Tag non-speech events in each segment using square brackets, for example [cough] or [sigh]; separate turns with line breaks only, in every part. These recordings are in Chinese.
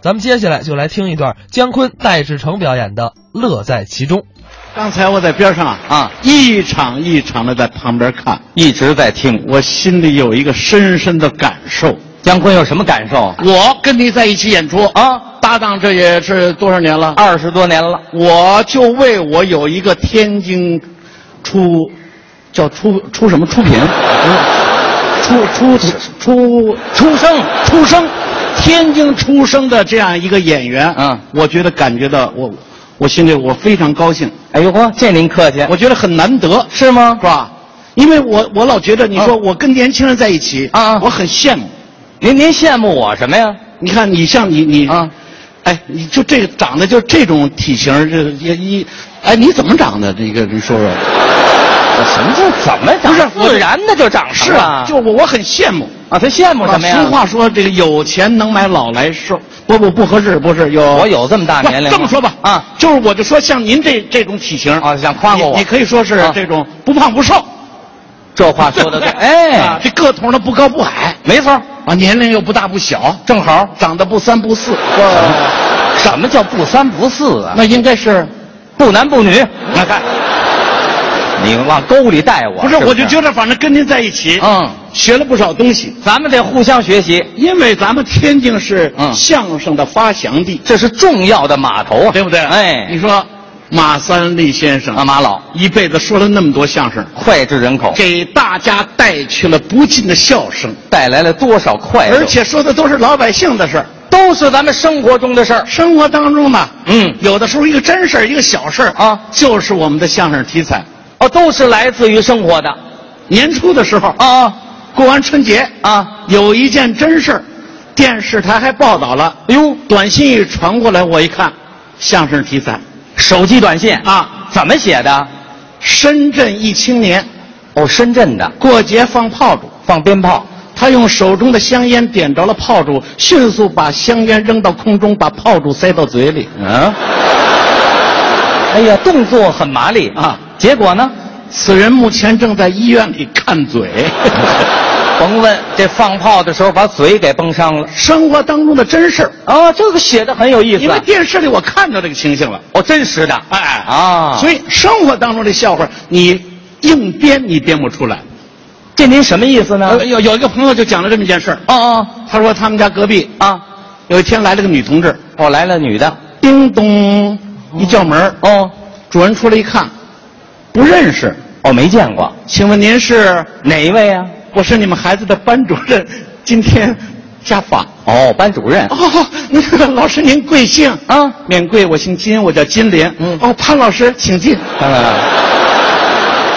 咱们接下来就来听一段姜昆、戴志诚表演的《乐在其中》。
刚才我在边上啊，
啊，
一场一场的在旁边看，
一直在听。
我心里有一个深深的感受。
姜昆有什么感受？
我跟你在一起演出
啊，
搭档这也是多少年了？
二十多年了，
啊我就为我有一个天津出，叫出出什么 [laughs] 出品？出出出出生出生，天津出生的这样一个演员，
嗯
我觉得感觉到我，我心里我非常高兴，
哎呦呵，这您客气，
我觉得很难得，
是吗
是？吧？因为我我老觉得你说
啊
我跟年轻人在一起
啊啊
我很羡慕。
您您羡慕我什么呀？
你看你像你你
啊，
哎，你就这个长得就这种体型，这也一，哎，你怎么长的？这个你说说。
我什么叫怎么
不是我
自然的就长
是
是啊，
就我我很羡慕。
啊，他羡慕什么呀？
俗话说这个有钱能买老来瘦，不不不合适，不是有
我有这么大年龄吗
不这么说吧，
啊
就是我就说像您这这种体型
啊想夸夸我
你你可以说是
啊
这种不胖不瘦，
这话说
[laughs]
的对，
对不对啊
哎，
这个头呢不高不矮，
没错。
啊，年龄又不大不小，正好长得不三不四，
我什么叫不三不四啊？
那应该是，
不男不女，
那看，
你往沟里带我
不是，我就觉
得，
得反正跟您在一起，
嗯，
学了不少东西，
咱们得互相学习，
因为咱们天津是
嗯
相声的发祥地，
这是重要的码头啊，
对不对？你
哎，
说马三立先生
啊，马老
一辈子说了那么多相声，
脍炙人口，
给大家带去了不尽的笑声，
带来了多少快乐？
而且说的都是老百姓的事儿。
都是咱们生活中的事儿。
生活当中呢，
嗯
[laughs] 有的时候一个真事儿，一个小事儿
啊
就是我们的相声题材。
哦，都是来自于生活的。
年初的时候，
啊
过完春节，
啊！
有一件真事儿，电视台还报道了。
哎呦，
短信一传过来，我一看，相声题
[laughs]
材，
手机短信
啊，
怎么写的？
深圳一青年
哦，深圳的
过节放炮竹，
放鞭炮，
他用手中的香烟点着了炮竹，迅速把香烟扔到空中，把炮竹塞到嘴里，
嗯，哎呀，动作很麻利
啊。
结果 [laughs] 呢？
此人目前正在医院里看嘴。 [laughs]
甭问，这放炮的时候把嘴给崩伤了。
生活当中的真事儿，
啊，这个写的很有意
因
思
为
啊。
电视里我看到这个情形了，
哦，真实的。
哎
啊，
所
以
以生活当中的笑话你硬编你编不出来。
这您什么意思呢？
呃有有一个朋友就讲了这么一件事儿，
哦哦
他说他们家隔壁
啊，
有一天来了个女同志，
哦来了女的。
叮咚一叫门儿，
哦
主人出来一看，不认识，
哦，没见过
请问您是？
哪一位啊？
我是你们孩子的班主任，今天家访。
哦，班主任。
哦，那个老师您贵姓？
啊，
免贵，我姓金，我叫金莲。
嗯
哦，潘老师请进。
当然了，啊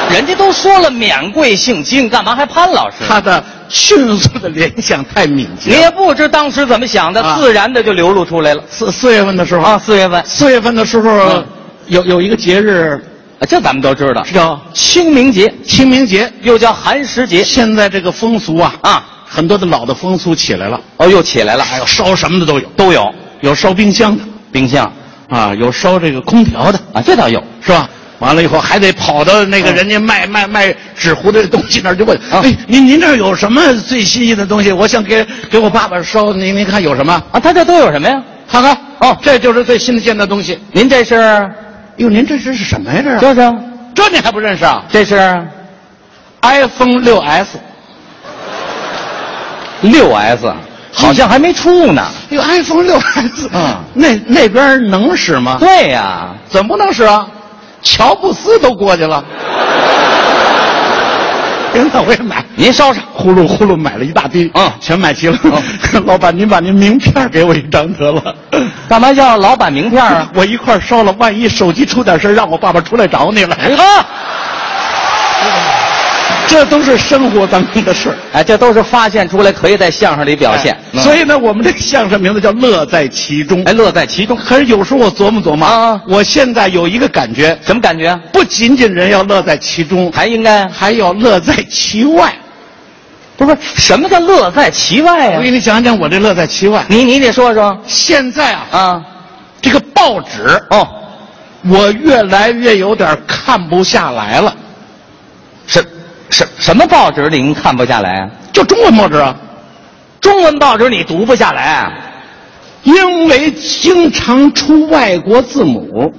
人家都说了免贵姓金，干嘛还潘老师？
他的迅速的联想太敏
你
捷。
也不知当时怎么想的，
啊
自然的就流露出来了。
四四月份的时候
啊，，四月份，
四月份的时候、
嗯
有有一个节日
啊这咱们都知道，
叫
清明节
清明节。
又叫寒食节
现在这个风俗啊，
啊，
很多的老的风俗起来了，
哦，又起来了，
还有烧什么的都有，
都有
有烧冰箱的
冰箱
啊，有烧这个空调的，
啊，这倒有。
是吧？完了以后还得跑到那个
嗯
人家卖、卖卖纸糊的东西那儿就问，
啊
哎，您您这儿有什么最新鲜的东西？我想给给我爸爸烧，您您看有什么？
啊，他这都有什么呀？
看看，
哦
这就是最新鲜的东西。
您这是啊
哟，您这这是什么呀？这啊
这
是
是
这你还不认识啊
这是
？iPhone 六 S，
六 S，好像还没出呢。
哟，iPhone 六 S，
嗯
那那边能使吗？
对呀、
嗯怎么啊不能使啊？乔布斯都过去 [laughs] 了，人早我也买。
您烧上。
呼噜呼噜买了一大堆，
嗯
全买齐了。
嗯
老板，您把您名片给我一张得了。
干嘛要老板名片啊？
我一块儿烧了，万一手机出点事儿让我爸爸出来找你
哎
来。
呵，
这都是生活当中的事儿。
哎，这都是发现出来可以在相声里表现，
哎
以
所以呢，我们这个相声名字叫乐在其中
哎。乐在其中。
可是有时候我琢磨琢磨，
啊
我现在有一个感觉，
什么感觉？
不仅仅人要乐在其中，
还应该
还要乐在其外。
不是什么叫乐在其外呀、
我给你讲讲我这乐在其外。
你你得说说
现在啊，
啊！
这个报纸
哦，
我越来越有点看不下来了。
什什什么报纸您看不下来啊？
就中文报纸啊，
中文报纸你读不下来啊？
因为经常出外国字母，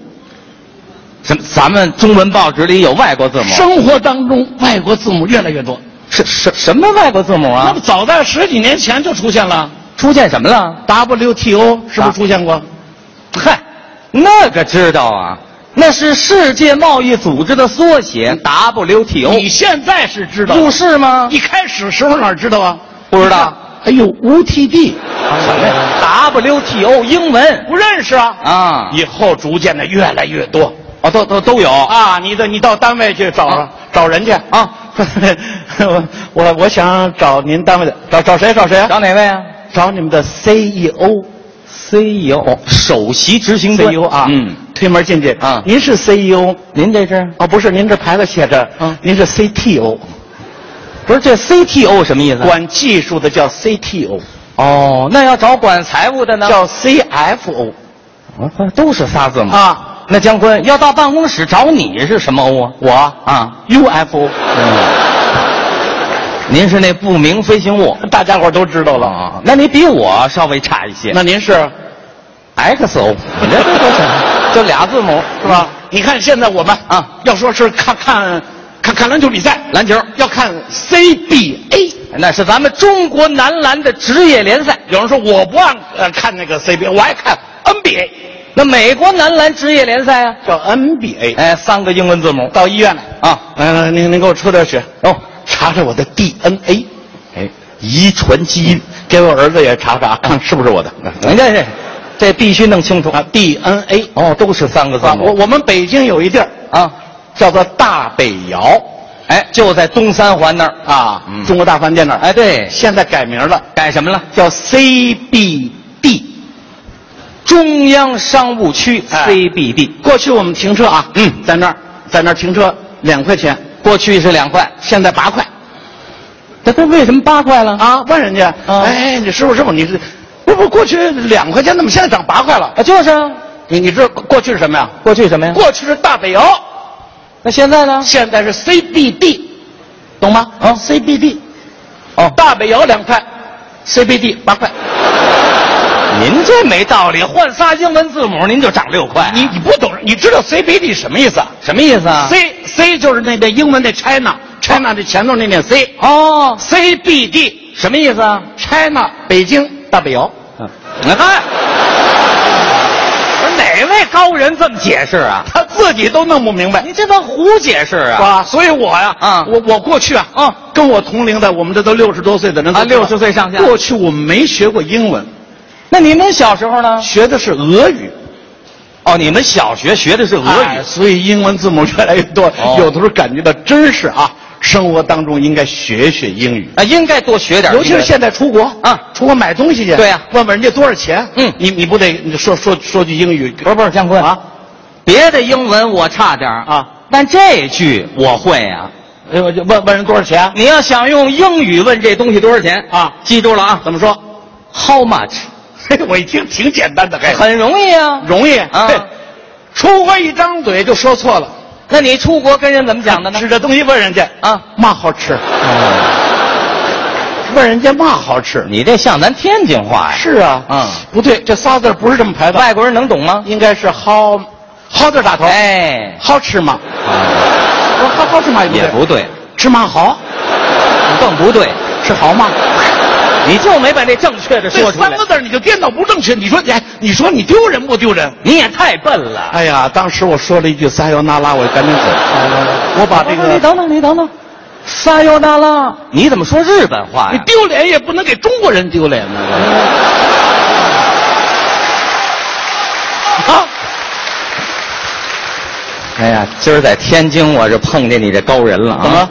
什么？咱们中文报纸里有外国字母？
生活当中外国字母越来越多。
什什什么外国字母
那
啊
么？早在十几年前就出现了
出现什么了？
，WTO 是不是出现过？
嗨，那个知道啊，那是世界贸易组织的缩写 WTO，
你现在是知道，
不是吗？
一开始时候哪知道啊？
不知道。啊
哎呦，UTD
什么呀？WTO 英文
不认识啊。
啊？
以后逐渐的越来越多
哦，都都都有啊
啊！你的你到单位去找、
啊
找人去啊！
啊？
我 [laughs] 我我想找您单位的，找找谁？找谁啊？
找哪位啊
找你们的 E CEO。E
？CEO，首哦席执行官
CEO 啊，
嗯，
推门进去
啊
您是 CEO
您这是？
啊？不是，您这牌子写着，
嗯
您是 CTO，
不是这 CTO 什么意思？啊
管技术的叫 CTO，
哦，那要找管财务的呢？
叫 CFO
叫都是仨字母。
啊
那姜昆要到办公室找你是什么欧啊？我啊，
，UFO，
您是那不明飞行物。
大家伙都知道了
啊，那你比我稍微差一些。
那您是
XO，你这
[laughs]
都是就俩字母
是吧？？嗯你看现在我们
啊，
要说是看看看看篮球比赛，
篮球
要看 CBA。
那是咱们中国男篮的职业联赛。
有人说我不按呃看那个 CBA，我爱看 NBA，
那美国男篮职业联赛啊，
叫 NBA。
哎，三个英文字母
到医院来，
啊。
嗯、您您给我抽点血，
哦，
查查我的 DNA，
哎，遗传基因，
给我儿子也查查， [laughs] 看是不是我的。
您这是，这必须弄清楚
啊。，DNA
哦，都是三个字
啊，我
母
我们北京有一地儿
啊。
叫做大北窑
哎，就在东三环那儿。
啊，
嗯
中国大饭店那儿，
哎，对，
现在改名了，
改什么了？
叫 CBD。
中央商务区
哎
CBD，
过去我们停车啊，
嗯
在那儿，在那儿停车两块钱，
过去是两块，
现在八块
那他为什么八块了？
啊。问人家，
啊
哎，你师傅师傅，你是不不过去两块钱，怎么现在涨八块了？
啊，就是啊，
你你知道过去是什么呀？
过去什么呀？
过去是大北窑，
那现在呢？
现在是 CBD，懂吗？
啊
，CBD，
哦，
大北窑两块，CBD 八块。
您这没道理，换仨英文字母您就涨六块
你
你
你不懂，你知道 CBD 什么意思啊
什么意思啊？
？C C 就是那个英文的 China，China 的前头那念 C，CBD
哦什么意思啊？
China 北京大北窑。
你
[laughs]
看，不是哪位高人这么解释啊？
他自己都弄不明白，
你这帮胡解释
是
啊！
吧？所以我呀，
啊
我我过去啊，
嗯
跟我同龄的，我们这都六十多岁的人
啊
都知道
60岁上下
过去我们没学过英文，
那你们小时候呢？
学的是俄语，
哦，你们小学学的是俄
哎所以英文字母越来越多。
哦
有的时候感觉到真是啊，生活当中应该学学英语，
啊，应该多学点。
尤其是现在出国
啊
出国买东西去，
对呀
问问人家多少钱，
嗯
你你不得你说说说句英语，
不是不是姜昆
啊，
别的英文我差点儿
啊，
但这句我会啊呀、
哎我就问问人多少钱，
你要想用英语问这东西多少钱
啊
记住了啊，
怎么说？
How much？
嘿，我一听挺简单的，还
很容易啊。
容易
啊
嘿出国一张嘴就说错了，
那你出国跟人怎么讲的呢
指？着东西问人家，
啊，
嘛好吃？问人家嘛好吃？
哦你这像咱天津话呀。
是啊，
嗯
不对，这仨字不是这么排的，
外国人能懂吗？
应该是好，好字打头，
哎，
好吃吗？我好好吃吗？
也不对，
吃嘛好，
更不对，
吃好吗？
你就没把这正确的
这
说出
三
来
个。字你就颠倒不正确，你说你你说你丢人不丢人？
你也太笨了。
哎呀，当时我说了一句“撒由那拉”，我赶紧走。我把这
你
个，
等等，你等等，撒由那拉，你怎么说日本话
你
呀？
丢脸也不能给中国人丢脸呢。啊，
哎呀，今儿在天津我是碰见你这高人了啊！
怎么？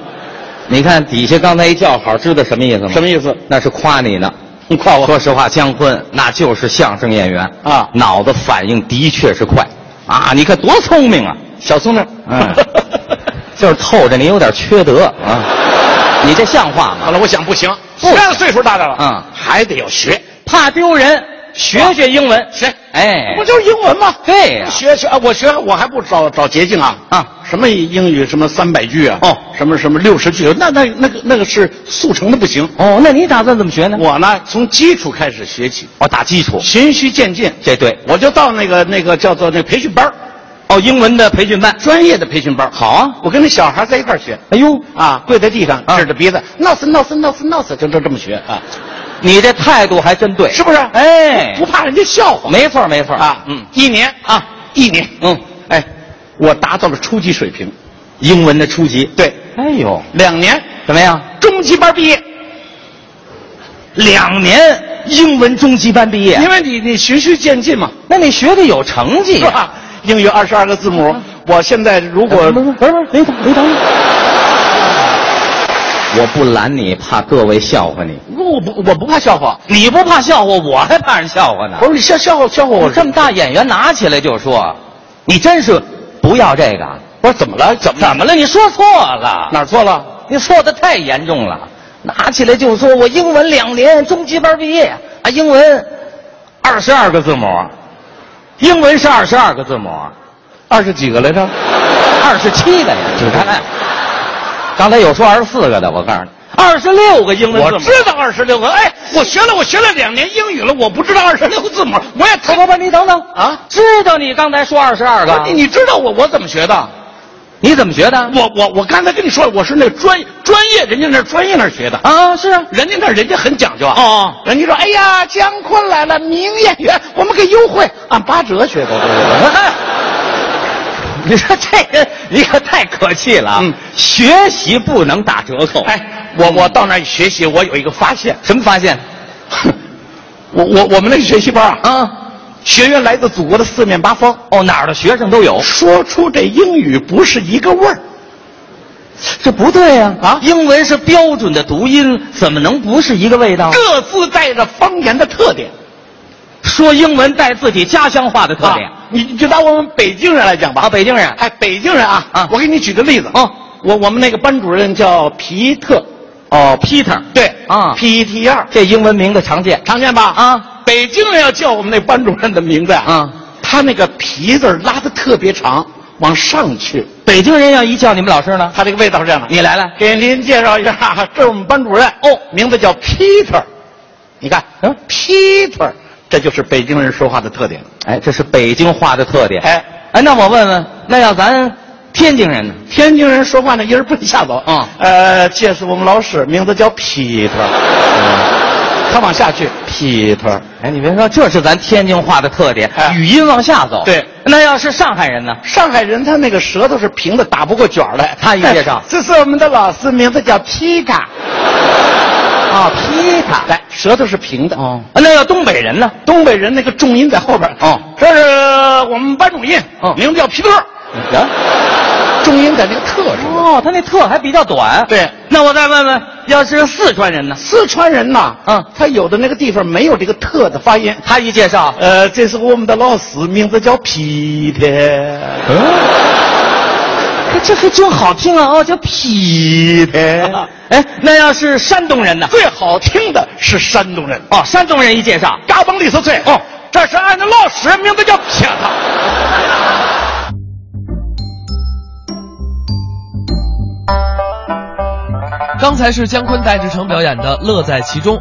你看底下刚才一叫好，知道什么意思吗？
什么意思？
那是夸你呢。
你夸我
说实话，姜昆那就是相声演员
啊
脑子反应的确是快啊！你看多聪明啊！
小聪明。
嗯，
[laughs]
就是透着你有点缺德啊！你这像话
完
吗？
了，我想不行，
不
虽然岁数大点了，
嗯
还得要学。
怕丢人，学学英文。
学
哎，
不就是英文吗？
对呀
学学啊，我学我还不找找捷径啊！
啊，
什么英语什么三百句啊，
哦
什么什么六十句，那那那个那个是速成的不行。
哦，那你打算怎么学呢？
我呢，从基础开始学起，
哦，打基础，
循序渐进。
这对。
我就到那个那个叫做那培训班儿
哦，英文的培训班。
专业的培训班儿
好啊，
我跟那小孩在一块儿学，
哎呦，
啊，跪在地上
啊
指着鼻子，闹死闹死闹死闹死，就就这么学啊，
你这态度还真对，
是不是？
哎
不，怕人家笑话
没错没错
啊。
嗯，
一年啊，一年，
嗯，
哎，我达到了初级水平。
英文的初级。
对，
哎呦，
两年
怎么样？
中级班毕业，
两年英文中级班毕业，
因为你你循序渐进嘛，
那你学的有成绩
是
呀、
吧？英语二十二个字母，我现在如果
不是不是不是，没等没等。 [laughs] 我不拦你，怕各位笑话你。
我不我不怕笑话，
你不怕笑话，我还怕人笑话呢
不。是啊你笑笑话笑话我
我这么大演员拿起来就说，你真是不要这个，
我说怎么了？怎么
怎么了？你说错了，
哪儿错了？
你错的太严重了。拿起来就说，我英文两年中级班毕业啊，英文二十二个字母，英文是二十二个字母，
二十几个来着？
二十七个呀，你看看， [laughs] 刚才有说二十四个的，我告诉你，二十六个英文字
我
母。
知道二十六个，哎，我学了，我学了两年英语了，我不知道二十六个字 [laughs] 母，我也
不
特
不不，你等等
啊！
知道你刚才说二十二个，
你你知道我我怎么学的？
你怎么学的？
我我我刚才跟你说了，我是那专专业人家那专业那儿学的，
啊，是啊，
人家那儿人家很讲究啊。
哦，
人家说，哎呀，姜昆来了，名演员，我们给优惠，按八折学的。
[laughs] 你说这人你可太可气了啊！
嗯
学习不能打折扣。嗯
哎，我我到那儿学习，我有一个发现，
什么发现？
我我我们那个学习班啊，
啊，
学员来自祖国的四面八方，
哦，哪儿的学生都有。
说出这英语不是一个味儿。
这不对呀、
啊
英文是标准的读音，怎么能不是一个味道？啊
各自带着方言的特点，
说英文带自己家乡话的特点。
啊你你就拿我们北京人来讲吧，
啊，北京人。
哎，北京人啊，
啊
我给你举个例子
哦，
我我们那个班主任叫皮特，
哦，Peter，
对
啊
，P E T 二，
这英文名字常见。
常见吧？
啊，
北京人要叫我们那班主任的名字啊，
啊，
他那个皮字儿拉的特别长，往上去，
北京人要一叫你们老师呢，
他这个味道是这样的。
你来来。
给您介绍一下啊，这是我们班主任
哦
名字叫 Peter，你看，
嗯
，Peter，这就是北京人说话的特点。
哎，这是北京话的特点。
哎，
哎，那我问问，那要咱天津人呢？
天津人说话那音儿不能吓走
嗯
呃，这是我们老师，名字叫 Peter，、他嗯往下去，Peter，
哎，你别说，这是咱天津话的特点，
哎
语音往下走。
对，
那要是上海人呢？
上海人他那个舌头是平的，打不过卷儿来。
他一介绍
这是我们的老师，名字叫 Peter，
啊，劈他。
来，舌头是平的。
哦，那要东北人呢？
东北人那个重音在后边儿。
哦
这是我们班主任，
哦
名字叫皮特，
啊，
重音在这个特上。
哦，他那特还比较短。
对，
那我再问问，要是四川人呢？
四川人呐，
嗯
他有的那个地方没有这个特的发音。
他一介绍，
呃，这是我们的老师，名字叫皮特。
嗯哎这还真好听啊！哦，叫劈他。哎，那要是山东人呢？
最好听的是山东人，
哦，山东人一介绍，
嘎嘣利索脆。哦，这是俺的老师，名字叫撇他。
刚才是姜昆、戴志诚表演的《乐在其中》。